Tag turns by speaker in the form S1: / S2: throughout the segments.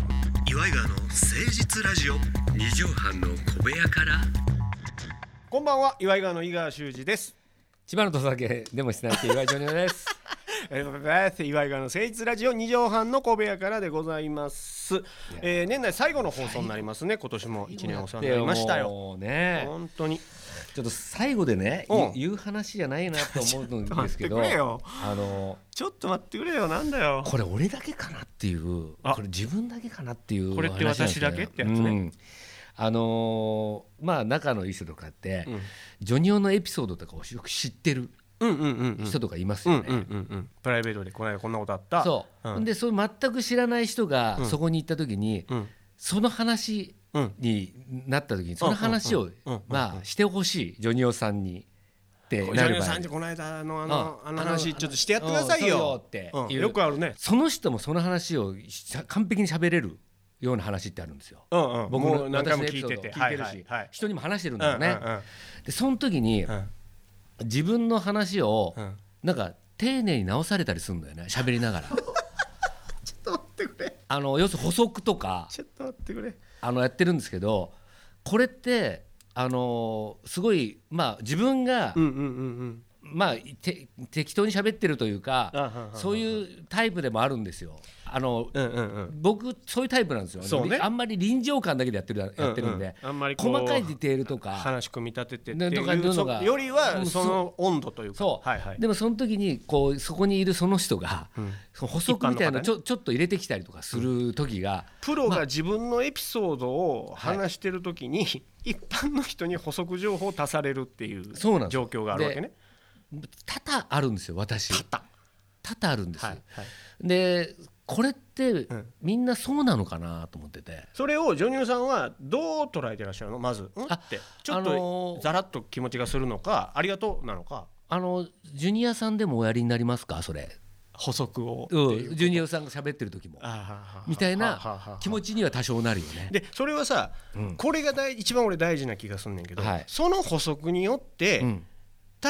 S1: イガーの誠実ラジオ
S2: 二畳半の小部屋から
S3: こんばんは岩井川の井川修司です。
S2: 千葉の土佐家でもしないと岩井ジョニオです
S3: えー岩井川の誠実ラジオ二畳半の小部屋からでございます。えー年内最後の放送になりますね。今年も一年お世話になりましたよ。
S2: もうね
S3: 本当に。
S2: ちょっと最後でね
S3: うん
S2: 言う言う話じゃないなと思うんですけど
S3: ちょっと待ってくれよ
S2: あの
S3: ちょっと待ってくれよ。なんだ よ。
S2: これ俺だけかなっていう
S3: あ
S2: これ自分だけかなっていう
S3: これって
S2: 話なんですよ
S3: 私だけってやつね
S2: うんあのーまあ仲のいい人とかって、
S3: うん
S2: ジョニオのエピソードとかをよく知ってる
S3: うんうんうんうん。
S2: 人とかいます
S3: うん
S2: よ
S3: う
S2: ね
S3: ん、うんうん。プライベートでこの間こんなことあった。
S2: そう、
S3: ん
S2: でそれ全く知らない人がそこに行った時に、
S3: うん
S2: その話
S3: うん
S2: になった時にその話
S3: う
S2: を
S3: んうんうん
S2: まあしてほしいジョニオさんにって
S3: ジ
S2: な
S3: ャニ
S2: る
S3: オ
S2: 場
S3: さ
S2: 合
S3: んじゃこの間の
S2: うん
S3: あのあの
S2: あ
S3: 話
S2: の
S3: ちょっとしてやってくださいよ。
S2: うんそうよって
S3: うん
S2: いう
S3: よくあるね。
S2: その人もその話をし完璧に喋れるような話ってあるんですよ。
S3: うんうん。
S2: 僕
S3: もう
S2: の
S3: 何回
S2: 私
S3: も
S2: のエ
S3: 聞
S2: ピ
S3: い
S2: ソー
S3: て
S2: ド
S3: て。
S2: 聞いてる
S3: はい
S2: し
S3: はいはい
S2: 人にも話してるんだよね
S3: うん。うん
S2: でその時に
S3: うん
S2: 自分の話を
S3: うん
S2: なんか丁寧に直されたりするんだよね喋りながら。
S3: ちょっと待ってくれ。
S2: あの要するに補足とか
S3: ちょっと待ってくれ。
S2: あのやってるんですけどこれってあのすごいまあ自分が
S3: うんうんうんうん。
S2: まあて適当に喋ってるというかそういうタイプでもあるんですよ。あの
S3: うんうんうん。
S2: 僕そういうタイプなんですよ、
S3: そうね
S2: あんまり臨場感だけでやってるやってるんで、
S3: うんうんあんまりこう
S2: 細かいディテールとか
S3: 話組み立ててって
S2: ね
S3: い
S2: とかいう
S3: う
S2: の
S3: そ
S2: が
S3: より
S2: う
S3: は
S2: ん
S3: その温度というか
S2: そう、
S3: はいはい
S2: でもその時にこうそこにいるその人が、その補足みたいなの
S3: 一般の方ね
S2: ちょちょっと入れてきたりとかする時が、
S3: プロが自分のエピソードを話してる時に一般の人に補足情報を足されるっていう
S2: そうなんです
S3: 状況があるわけね。
S2: 多々あるんですよ私
S3: 多
S2: 多々あるんです、
S3: はいはい、
S2: でこれって
S3: ん
S2: みんなそうなのかなと思ってて、
S3: それをジョニオさんはどう捉えてらっしゃるのまずうんっ
S2: あ
S3: てちょ
S2: あ
S3: っ
S2: の
S3: と
S2: ー
S3: ざらっと気持ちがするのかありがとうなのか
S2: あのジュニアさんでもおやりになりますかそれ、
S3: 補足を
S2: ジュニアさんが喋ってる時もみたいな気
S3: ち
S2: 持ちには多少なるよね。
S3: でそれはさ、これが大一番俺大事な気がすんねんけど、
S2: はい
S3: その補足によって、
S2: うん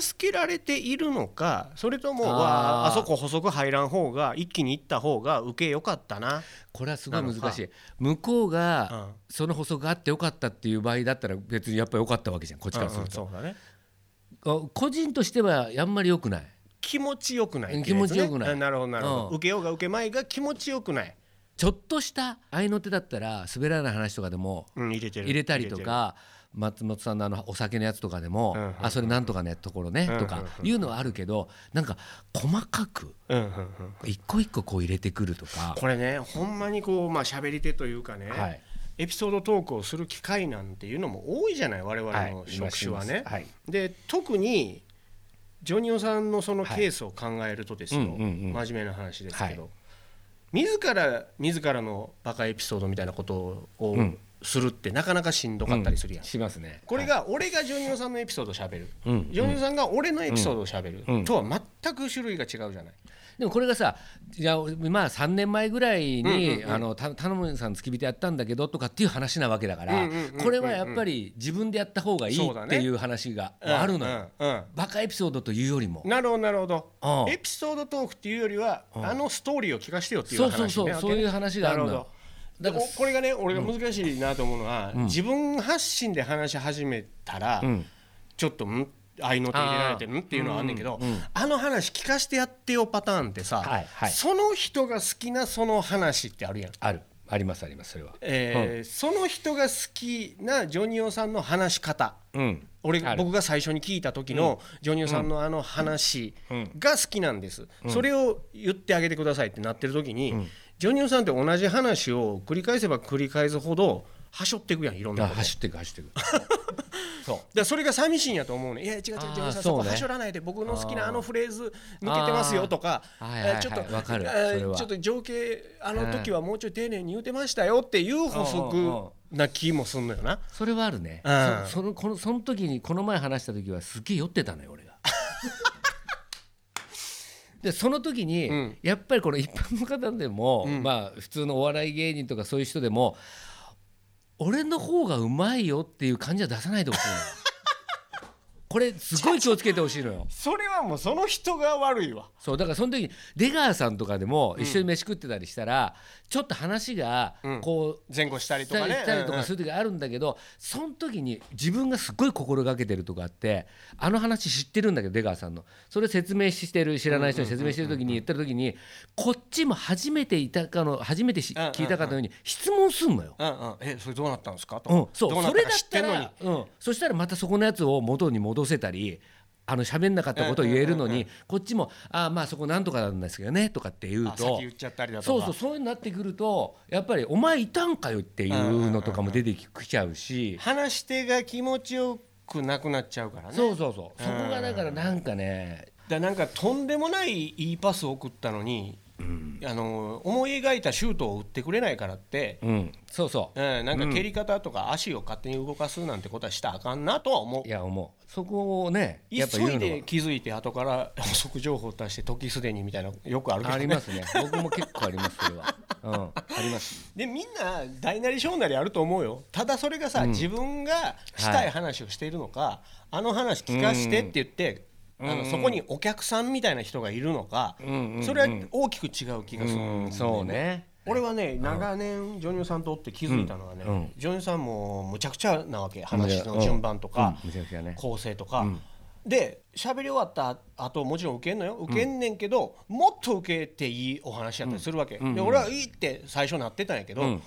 S3: 助けられているのかそれとも
S2: あー
S3: わああそこ補足入らん方が一気に行った方が受けよかったな
S2: これはすごい
S3: なのか
S2: 難しい向こう
S3: うん
S2: がその補足があってよかったっていう場合だったら別にやっぱりよかったわけじゃんこっちからすると、
S3: うんうんそうだね
S2: あ個人としてはあんまり良くない
S3: 気持ちよくないって
S2: 気
S3: うや
S2: 持
S3: つ
S2: ち
S3: ね
S2: よくない
S3: あなるほどなるほど、
S2: うん
S3: 受けようが受けまいが気持ちよくない、
S2: ちょっとした合いの手だったら滑らない話とかでも
S3: うん、入れてる
S2: 入れたりとか松本さんのあのお酒のやつとかでも
S3: うんうんうん
S2: あそれなんとかねところね
S3: うんうんうん
S2: とかいうのはあるけどなんか細かく
S3: 入れてる、うんうんうん、
S2: 一個一個こう入れてくるとか
S3: これねほんまにこうまあ喋り手というかね、
S2: はい
S3: エピソードトークをする機会なんていうのも多いじゃない我々の
S2: はい
S3: 職種はね。
S2: はい
S3: で特にジョニオさんのそのケースを考えるとですよ、
S2: はいうんうんうん
S3: 真面目な話ですけど、
S2: は
S3: 自ら自らのバカエピソードみたいなことを
S2: うん
S3: するってなかなかしんどかったりするやん。
S2: しますね
S3: これが俺がジョニオさんのエピソードをしゃべる、
S2: うん
S3: ジョニオさんが俺のエピソードをしゃべる、
S2: うん
S3: とは全く種類が違うじゃない。
S2: でもこれがさじゃあまあ3年前ぐらいに、
S3: うんうんうん
S2: あのた頼むさん付き人やったんだけどとかっていう話なわけだから、
S3: うんうんうんうん
S2: これはやっぱり自分でやった方がいい
S3: そうだ
S2: っ
S3: ね
S2: ていう話があるのよ、
S3: うんうん
S2: バカエピソードというよりも、
S3: なるほどなるほど、
S2: うん
S3: エピソードトークっていうよりは、あのストーリーを聞かせてよっていう
S2: そう
S3: 話、ね、
S2: そうそう、
S3: わけ
S2: そう
S3: ね
S2: いう話があるの
S3: なる
S2: よ
S3: ほど
S2: だから
S3: でもこれがね俺が難しいなと思うのは、自分発信で話し始めたら、
S2: ん
S3: ちょっとん合いの手入れられてるんっていうのはあんねんけど、あの話聞かしてやってよパターンってさ、
S2: はいはい
S3: その人が好きなその話ってあるやん。
S2: あるありますありますそれは
S3: えーその人が好きなジョニオさんの話し方
S2: うん
S3: 俺
S2: ある
S3: 僕が最初に聞いた時のジョニオさんのあの話が好きなんです、それを言ってあげてくださいってなってる時に、ジョニオさんって同じ話を繰り返せば繰り返すほどはしょっていくやんいろん
S2: あ
S3: なことだか
S2: 走っていく走っていくそう
S3: らそれが寂しいんやと思うねいや違う違う違う
S2: あー
S3: ジョニオさ
S2: そ
S3: んそう
S2: ね
S3: こはしょらないで僕の好きなあのフレーズ抜けてますよとか
S2: あーはいはいはい
S3: えーちょっと
S2: わかる
S3: え
S2: それ
S3: ー
S2: は
S3: ちょっと情景あの時はもうちょい丁寧に言うてましたよっていう補
S2: うんうんうん
S3: 足な気もすんのよな。
S2: それはあるね、
S3: うん
S2: そそのこのその時にこの前話した時はすげえ酔ってたのよ俺 が。でその時に、
S3: ん
S2: やっぱりこの一般の方でも、まあ普通のお笑い芸人とかそういう人でも 俺の方がうまいよっていう感じは出さないでほしいのよこれすごい気をつけてほしいのよ
S3: それはもうその人が悪いわ
S2: そうだからその時に出川さんとかでも一緒に飯食ってたりしたら、ちょっと話が
S3: うん
S2: こう、
S3: 前後したりとかね
S2: したりとかする時あるんだけど、その時に自分がすごい心がけてるとかあってあの話知ってるんだけど出川さんのそれ説明してる知らない人に説明してる時に言ってる時にこっちも初めていたかの初めてし
S3: うんうんうん
S2: 聞いたかのように質問すんのよ。
S3: うんうん、えそれどうなったんですかと、
S2: うん、そう
S3: どうな
S2: そ
S3: った
S2: れ
S3: か
S2: だ
S3: 知っ
S2: ってた
S3: んのに
S2: ら、うん、そしたらまたそこのやつを元に戻せたりあの喋んなかったことを言えるのに、
S3: うんうんうん
S2: こっちも「ああまあそこなんとかなんですけどね」とかって言う
S3: あ
S2: と
S3: 先言っちゃったりだとか
S2: そうそうそういうのになってくるとやっぱり「お前いたんかよ」っていうのとかも出てきちゃうし、
S3: 話し手が気持ちよくなくなっちゃうからね
S2: そうそうそうそこがだからなんかね
S3: だなんかとんでもないいいパスを送ったのに、あの思い描いたシュートを打ってくれないからって、
S2: うんそうそう
S3: うん、なんか蹴り方とか足を勝手に動かすなんてことはしたらあかんなとは思う
S2: いや思うそこをねやっぱ
S3: 急
S2: 言う
S3: い
S2: の
S3: で気づいて後から補足情報を足して時すでにみたいなのよくある
S2: は
S3: けど、
S2: あ
S3: ね、
S2: りますね僕も結構ありますそれは、うん、あります
S3: でみんな大なり小なりあると思うよただそれがさ、自分がしたい話をしているのか、あの話聞かしてって言って、あのそこにお客さんみたいな人がいるのか、それは大きく違う気がする、
S2: うんそうね
S3: 俺はね長年ジョニオさんとおって気づいたのはね、ジョニオさんもむちゃくちゃなわけ話の順番とか、
S2: うんむちゃくちゃね
S3: 構成とか、で喋り終わった後もちろん受けんのよ受けんねんけど、もっと受けていいお話やったりするわけ、で俺はいいって最初なってたんやけど、
S2: うん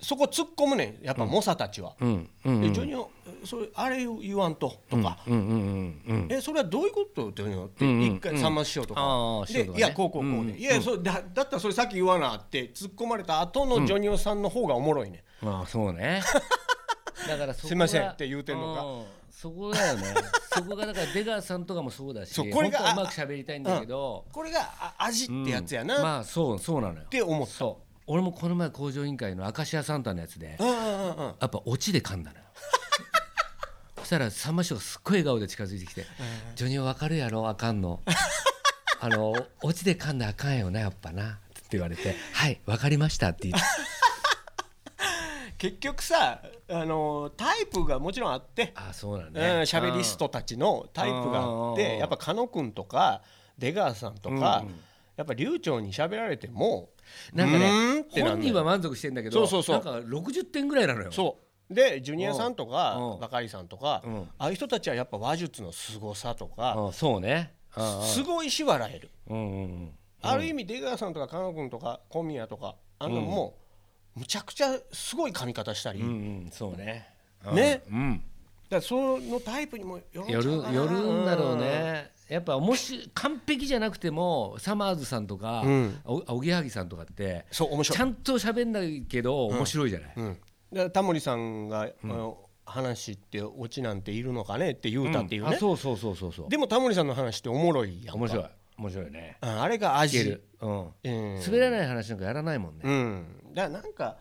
S3: そこ突っ込むねんやっぱ猛者たちは。
S2: うんうん
S3: でジョニオそれあれ言わんととか、
S2: うんうんうんうん
S3: えそれはどういうことって言うのって
S2: んうん
S3: 一回さんま師匠とか、
S2: あー師
S3: で、
S2: 匠とか
S3: い
S2: ね
S3: やこうこうこうで、
S2: うんうん
S3: いやそうだだったらそれさっき言わなって突っ込まれた後のジョニオさんの方がおもろいね、
S2: まあそう ねだからそこが
S3: すいませんって言うてんのか
S2: うんそこだ よねそこがだから出川さんとかもそうだし
S3: そうこれが
S2: 本当はうまく喋りたいんだけど、
S3: これがあ味ってやつやな、っ
S2: まあそうそうなのよ
S3: て思った、
S2: そう俺もこの前工場委員会の明石家サンタのやつで
S3: うんうんうんうん
S2: やっぱオチで噛んだ のよそしたらさんま師匠がすっごい笑顔で近づいてきて「ジョニオ分かるやろあかん のあのオチで噛んだらあかんよなやっぱな」って言われて「はい分かりました」って言って
S3: 結局さあのタイプがもちろんあって
S2: ああそうなん
S3: うん
S2: だね
S3: 喋、りストたちのタイプがあっ
S2: うんう
S3: て
S2: ん
S3: やっぱ狩野君とか出川さんとか、やっぱ流暢に喋られても
S2: なんか
S3: うーん
S2: ね
S3: ってなんだよ
S2: 本人は満足してんだけど
S3: そうそうそう
S2: なんか60点ぐらいなのよ
S3: そうでジュニアさんとか
S2: うん
S3: バカリさんとか、
S2: うん
S3: ああいう人たちはやっぱ話術の凄さとか、
S2: あそうねあ
S3: すごいし笑える、
S2: うんうんうん
S3: ある意味出川さんとか狩野君とか小宮とかあのもう、むちゃくちゃすごい髪型したり、
S2: うん
S3: だ
S2: うんそうね
S3: ね
S2: うん
S3: からそのタイプにもよるんちゃ
S2: よる
S3: うかな
S2: よるんだろうねやっぱもし完璧じゃなくてもサマーズさんとか
S3: うん
S2: おおぎやはぎさんとかって
S3: そう面白い
S2: ちゃんと喋んないけど面白いじゃない
S3: うん、でタモリさんが、あの話ってオチなんているのかねって言うたっていうね、
S2: あそうそうそうそうそう
S3: でもタモリさんの話っておもろいやんか
S2: 面白い面白いね
S3: うんあれが
S2: いけ
S3: 味
S2: るうん
S3: うん
S2: 滑らない話なんかやらないもんね
S3: うん、だからなんか、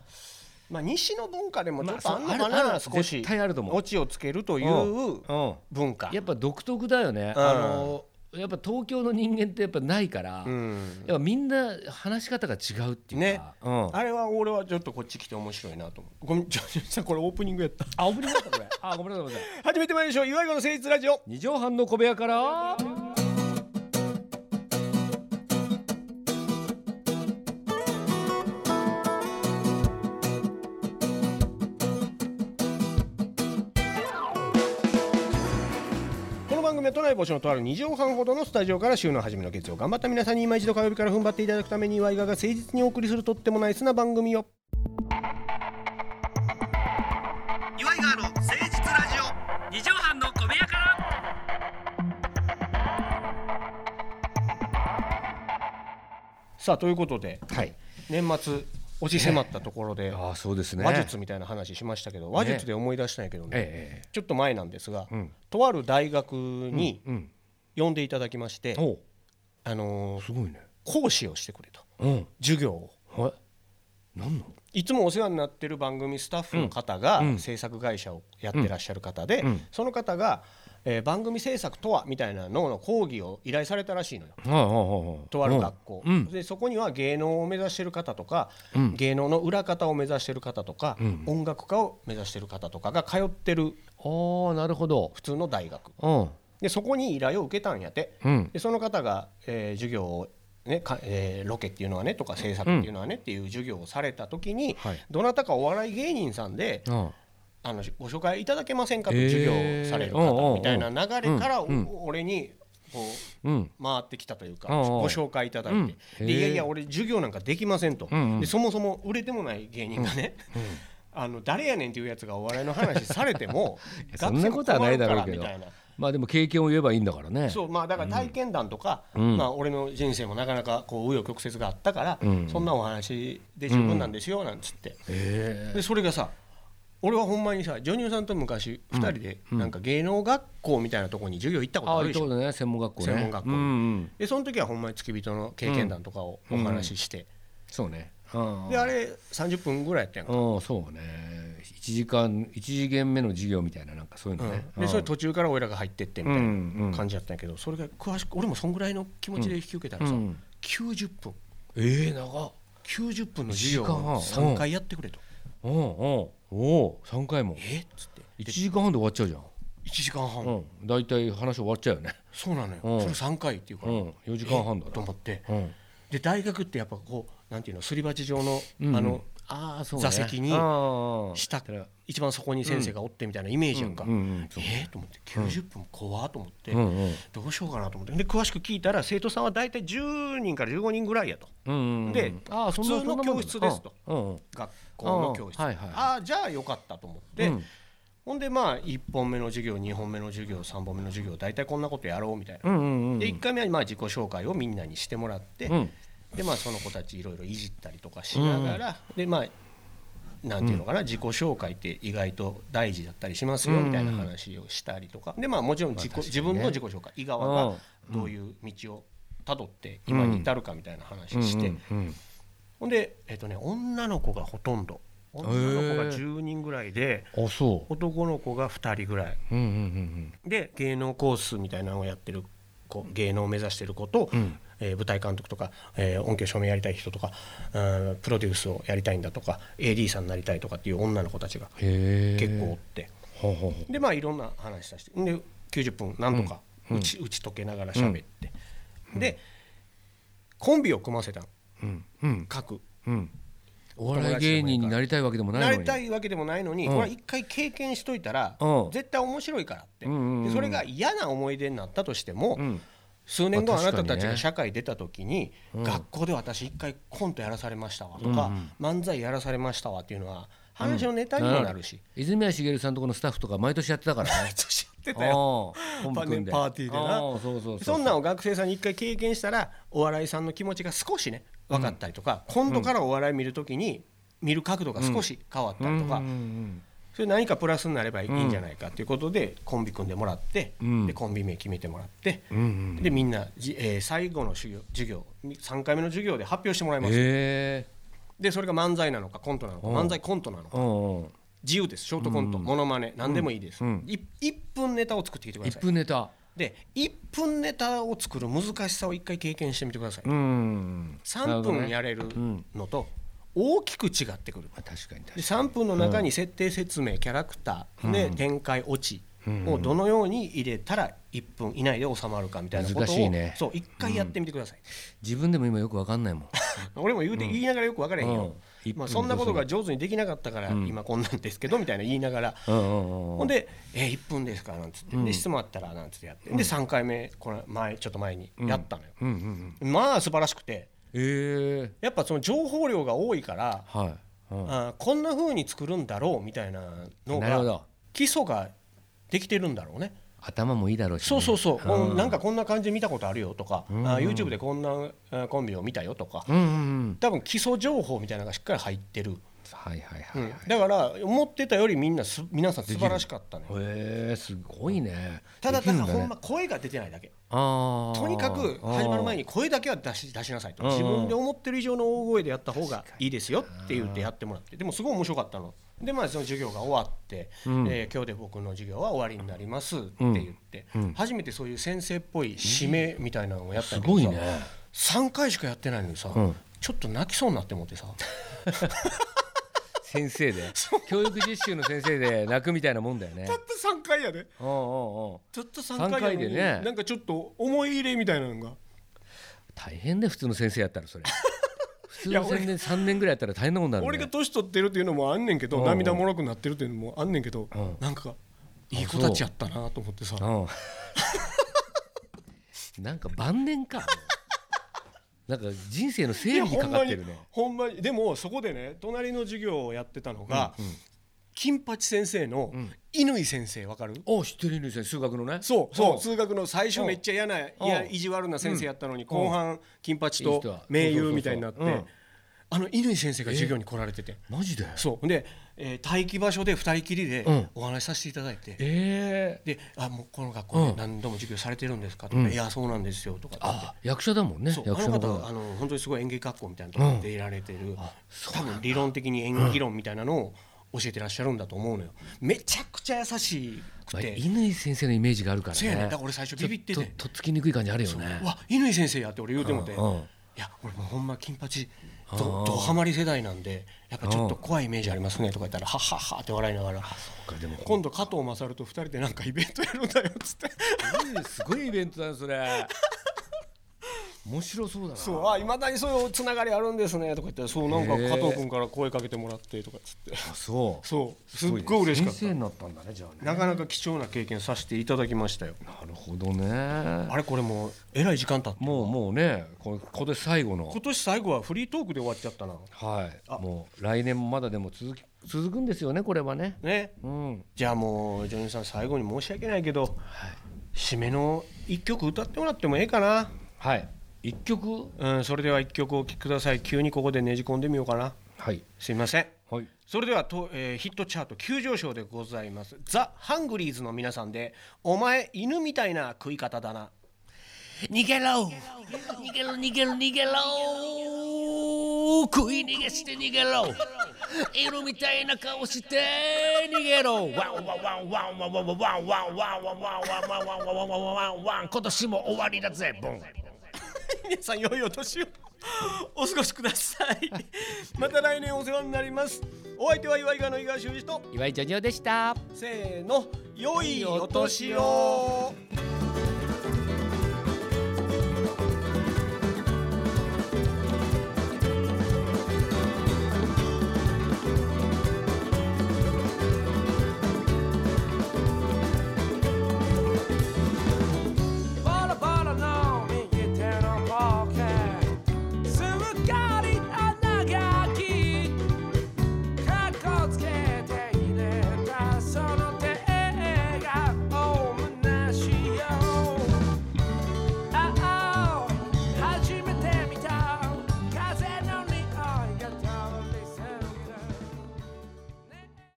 S3: まあ、西の文化でもちょっと
S2: まあ
S3: あんの
S2: そう
S3: かな、
S2: あるある
S3: 少し
S2: 絶対あると思う
S3: オチをつけるとい
S2: うん
S3: う
S2: うん
S3: 文化
S2: やっぱ独特だよね、
S3: うん
S2: あのやっぱ東京の人間ってやっぱないから、
S3: うん、
S2: やっぱみんな話し方が違うっていうか、
S3: ね
S2: うん、
S3: あれは俺はちょっとこっち来て面白いなと思うごめんちょちょちょこれオープニングや った
S2: あオープニングだったこれあごめんなさいごめんなさい
S3: 初めてまいりましょう岩井子の誠実ラジオ
S2: 二畳半の小部屋から
S3: この番組は都内募集のとある2畳半ほどのスタジオから週の初めの月曜頑張った皆さんに今一度火曜日から踏ん張っていただくために岩井川が誠実にお送りするとってもナイスな番組よ
S1: 岩井川の誠実ラジ
S2: 二畳半の小部屋から
S3: さあということで
S2: はい
S3: 年末押し迫ったところで、
S2: ああそうですね
S3: 話術みたいな話しましたけど話術で思い出したんやけどね
S2: え
S3: ちょっと前なんですが、
S2: ん
S3: とある大学に
S2: えうん
S3: 呼んでいただきまして、
S2: お
S3: あのー
S2: すごいね
S3: 講師をしてくれと
S2: うん
S3: 授業を
S2: はいなんの
S3: いつもお世話になってる番組スタッフの方が、
S2: うん
S3: 制作会社をやってらっしゃる方で、
S2: うん
S3: その方がえー番組制作とはみたいなのの講義を依頼されたらしいのよ。
S2: うんうんうん
S3: とある学校、
S2: うん
S3: でそこには芸能を目指してる方とか、
S2: うん
S3: 芸能の裏方を目指してる方とか、
S2: うん
S3: 音楽家を目指してる方とかが通ってる
S2: ああなるほど
S3: 普通の大学
S2: うん
S3: でそこに依頼を受けたんやて
S2: うん
S3: でその方が、えー授業をねかえーロケっていうのはねとか制作っていうのはねっていう授業をされた時に、
S2: はい
S3: どなたかお笑い芸人さんで
S2: うん
S3: あのご紹介いただけませんかと
S2: へー
S3: 授業をされる
S2: うんうんうん
S3: 方みたいな流れからお
S2: うん
S3: 俺にこ
S2: うん
S3: う回ってきたというか
S2: うんうん
S3: ご紹介いただいて、
S2: うん
S3: で
S2: へー
S3: いやいや俺授業なんかできませんと、
S2: うんうん
S3: でそもそも売れてもない芸人がね、 あの誰やねんっていうやつがお笑いの話されても
S2: やそんなことは ないだろうけど
S3: 学生も困るからみたいな
S2: まあでも経験を言えばいいんだからね
S3: そうまあだから体験談とか、
S2: うん
S3: まあ、俺の人生もなかなかこう紆余曲折があったから、
S2: うん
S3: そんなお話で十分なんですよなんつって、でそれがさ俺はほんまにさジョニオさんと昔2人でなんか芸能学校みたいなとこに授業行ったこと
S2: あ
S3: あ
S2: あ
S3: る
S2: い
S3: で
S2: う
S3: し
S2: と
S3: ょ、
S2: ころね専門学校ね
S3: 専門学校
S2: うんうん
S3: でその時はほんまに付き人の経験談とかをお話しして、
S2: そうねうん
S3: であれ30分ぐらいやったやんか、
S2: うんそうね一時間一次元目の授業みたいななんかそういうのね
S3: うんでそれ途中から俺らが入ってってみ
S2: う
S3: たいなん
S2: うん
S3: 感じだったんやけどそれが詳しく俺もそんぐらいの気持ちで引き受けたらさ、
S2: うん
S3: 90分
S2: ええ長っ
S3: 90分の授業
S2: 1
S3: を
S2: 時間半
S3: 3回やってくれと。
S2: うんうんおー三回も
S3: えっつって
S2: 一時間半で終わっちゃうじゃん
S3: 1時間半、
S2: うん大体話終わっちゃうよね
S3: そうなのよ、
S2: うん
S3: それ3回っていうから、
S2: うん四時間半だ
S3: と
S2: な
S3: 思って
S2: うん
S3: で大学ってやっぱこうなんていうのすり鉢状の、
S2: うん
S3: あの
S2: ああそう
S3: ね座席に下
S2: てら
S3: 一番そこに先生がおってみたいなイメージやんか、
S2: うんうんそう
S3: えーと思って90分怖っと思って、
S2: うんうん
S3: どうしようかなと思ってで詳しく聞いたら生徒さんは大体10人から15人ぐらいやと
S2: うんうんうん
S3: で
S2: あーそんな
S3: 普通の
S2: そんなもん
S3: 教室ですと
S2: うんうん
S3: 学校の教室、
S2: あーはいはいはい
S3: ああじゃあよかったと思って、
S2: うん
S3: ほんでまあ1本目の授業2本目の授業3本目の授業大体こんなことやろうみたいな、
S2: うんうんうん
S3: で1回目はまあ自己紹介をみんなにしてもらって、
S2: うん
S3: でまあその子たちいろいろいじったりとかしながら、でまあなんていうのかな、自己紹介って意外と大事だったりしますよみたいな話をしたりとか、でまあもちろん自己、
S2: まあ確か
S3: 自
S2: にね
S3: 分の自己紹介井
S2: う
S3: 川
S2: ん
S3: がどういう道をたどって今に至るかみたいな話して、
S2: うんうん
S3: ほんでえっ、とね女の子がほとんど女の子が10人ぐらいで、
S2: うんあそ
S3: 男の子が2人ぐらい
S2: う
S3: う
S2: んうんうん
S3: で芸能コースみたいなのをやってる子芸能を目指してる子と、
S2: ん
S3: えー舞台監督とか、えー音響照明やりたい人とかうんプロデュースをやりたいんだとか AD さんになりたいとかっていう女の子たちが
S2: うんへえ
S3: 結構おって、
S2: ほうほうほう
S3: でまあいろんな話させてで90分なんとか打ち,、打ち解けながら喋って、でコンビを組ませたの
S2: うんうん
S3: 各
S2: うんお笑い芸人になりたいわけでもないの
S3: な
S2: に
S3: りたいわけでもないのに、
S2: うん
S3: これは一回経験しといたら、
S2: うん
S3: 絶対面白いからって、
S2: うんうんうん
S3: でそれが嫌な思い出になったとしても、
S2: うん
S3: 数年後
S2: まあ
S3: あなたた
S2: 確か
S3: ち
S2: にね
S3: が社会出た時に学校で私一回コントやらされましたわとか漫才やらされましたわっていうのは話のネタにもなるし
S2: 泉谷しげるさんとこのスタッフとか毎年やってたから ね
S3: 知ってたよ
S2: ああコンビ組んで
S3: パーティーでな
S2: ああそうそうう
S3: そんなんを学生さんに一回経験したらお笑いさんの気持ちが少しね分かったりとか今度からお笑い見る時に見る角度が少し変わったりとか
S2: うんうん
S3: それ何かプラスになればいいんじゃないかということでコンビ組んでもらって
S2: うん
S3: でコンビ名決めてもらって
S2: うんうん
S3: でみんなじ、えー最後の授業授業3回目の授業で発表してもらいます
S2: へえ
S3: でそれが漫才なのかコントなのか
S2: うん
S3: 漫才コントなのか
S2: うんうん
S3: 自由ですショートコントモノマネ何でもいいです
S2: うん
S3: い1分ネタを作ってきてくだ
S2: 一
S3: さい
S2: 分ネタ
S3: で1分ネタを作る難しさを1回経験してみてください
S2: うん
S3: 3分やれる
S2: ん
S3: のと大きく違ってくる
S2: まあ確かに確か
S3: で
S2: に
S3: 3分の中に設定説明キャラクターで展開落ちをどのように入れたら1分以内で収まるかみたいなことを
S2: 難しいね
S3: そう1回やってみてください
S2: 自分でも今よくわかんない もん
S3: 俺も言うて言いながらよく分からへんよ、
S2: うんうん
S3: まあ、そんなことが上手にできなかったから
S2: ん
S3: 今こんなんですけどみたいな言いながら、
S2: うんうんうん
S3: ほんで「え1分ですか?」なんつって、で質問あったらなんつってやってで3回目この前ちょっと前にやったのよ、
S2: うんうんうん
S3: まあ素晴らしくて
S2: ええ
S3: やっぱその情報量が多いから、
S2: はいうん
S3: あーこんな風に作るんだろうみたいなの
S2: なるほど
S3: が基礎ができてるんだろうね。
S2: 頭もいいだろうしね
S3: そうそうそう、もうなんかこんな感じ見たことあるよとか、あー YouTube でこんなあーコンビを見たよとか、
S2: うんうんうん
S3: 多分基礎情報みたいなのがしっかり入ってる、
S2: はいはいは
S3: う
S2: い
S3: ん
S2: はい
S3: だから思ってたよりみんなす皆さん素晴らしかったね
S2: へえすごいね
S3: ただ
S2: で
S3: た
S2: きるん
S3: だほ
S2: ね
S3: んま声が出てないだけ
S2: あー
S3: とにかく始まる前に声だけは出し出しなさいと
S2: うんうん
S3: 自分で思ってる以上の大声でやった方がいいですよって言ってやってもらってでもすごい面白かったのでまあその授業が終わって、
S2: ん
S3: えー今日で僕の授業は終わりになりますって言って、初めてそういう先生っぽい締めみたいなのをやった
S2: す
S3: り
S2: ごいね
S3: 3回しかやってないのにさ、
S2: ん
S3: ちょっと泣きそうになって思ってさ
S2: 先生で教育実習の先生で泣く みたいなもんだ よね
S3: たった3回やで
S2: うんうんうん
S3: たった3回やのに
S2: 三回でね
S3: なんかちょっと思い入れみたいなのが
S2: 大変だよ普通の先生やったらそれ普通
S3: いや
S2: の先生3年ぐらいやったら大変なことになるね
S3: 俺が年取ってるっていうのもあんねんけど、
S2: うん
S3: 涙もろくなってるっていうのもあんねんけど、
S2: ん
S3: なんかいい子たちやったなと思ってさ
S2: うん なんか晩年かなんか人生の
S3: い
S2: 整
S3: や
S2: 理に
S3: ほ
S2: か
S3: ん
S2: か
S3: ま
S2: っ
S3: に
S2: てるね
S3: ほんまにでもそこでね隣の授業をやってたのが、金八先生の乾先生わかる、
S2: お知ってる犬先生数学のね
S3: そうそう
S2: うん
S3: 数学の最初めっちゃ嫌な、いや意地悪な先生やったのに、後半金八
S2: いい
S3: と
S2: 人は
S3: 盟友みたいになって、
S2: そうそうそうそう
S3: あの乾先生が授業に来られてて、
S2: マジで
S3: そうで、えー待機場所で2人きり
S2: うん
S3: でお話しさせていただいて、
S2: ええ
S3: であもうこの学校
S2: う
S3: で
S2: ん
S3: 何度も授業されてるんですかとか、いやそうなんですよとかって言って
S2: あ役者だもんね
S3: そう
S2: 役
S3: あ
S2: 者の
S3: の方
S2: 方
S3: は
S2: が
S3: あの本当にすごい演劇学校みたいなところでいられてる、多分理論的に演劇論みたいなのを教えてらっしゃるんだと思うのよめちゃくちゃ優しく
S2: まあ
S3: て、
S2: 乾先生のイメージがあるから
S3: そうや
S2: ね
S3: ねんだから俺最初ビビって
S2: ち
S3: て
S2: ょととっつきにくい感じあるよね
S3: うわ乾先生やって俺言うてもて、
S2: うんうん
S3: いや俺もうほんま金八ど
S2: うん
S3: どハマり世代なんでやっぱちょっと怖いイメージありますねとか言ったらはっはっはって笑いながら
S2: そっかでも
S3: 今度加藤勝と2人でなんかイベントやるんだよっつ って
S2: すごいイベントだねそれ面白そうだな
S3: そうあいまだにそういうつながりあるんですねとか言ったらそうなんか加藤君から声かけてもらってとかっつって
S2: あそう
S3: そうすっごい嬉しかっ
S2: 先生
S3: た
S2: になったんだねじゃあね
S3: なかなか貴重な経験させていただきましたよ
S2: なるほどね
S3: あれこれもうえらい時間経って
S2: もうもうねこのここで最後の
S3: 今年最後はフリートークで終わっちゃったな
S2: はいもう来年もまだでも続き続くんですよねこれはね
S3: ね
S2: うん
S3: じゃあもうジョニーさん最後に申し訳ないけど、締めの一曲歌ってもらってもええかな
S2: はい一曲
S3: うんそれでは一曲お聴きください急にここでねじ込んでみようかな
S2: はい
S3: すいません
S2: はい
S3: それではと、えーヒットチャート急上昇でございますザ・ハングリーズの皆さんで「お前犬みたいな食い方だな」
S1: 逃げろ逃げろ逃げろ逃げろ食い逃げして逃げろ犬みたいな顔して逃げろワンワンワンワンワンワンワンワンワンワンワンワンワンワンワンワンワンワンワン今年も終わりだぜボン
S3: 皆さん良いお年をお過ごしください また来年お世話になりますお相手は岩井川の井川修司と
S2: 岩井ジョニオでした
S3: せーの良いお年を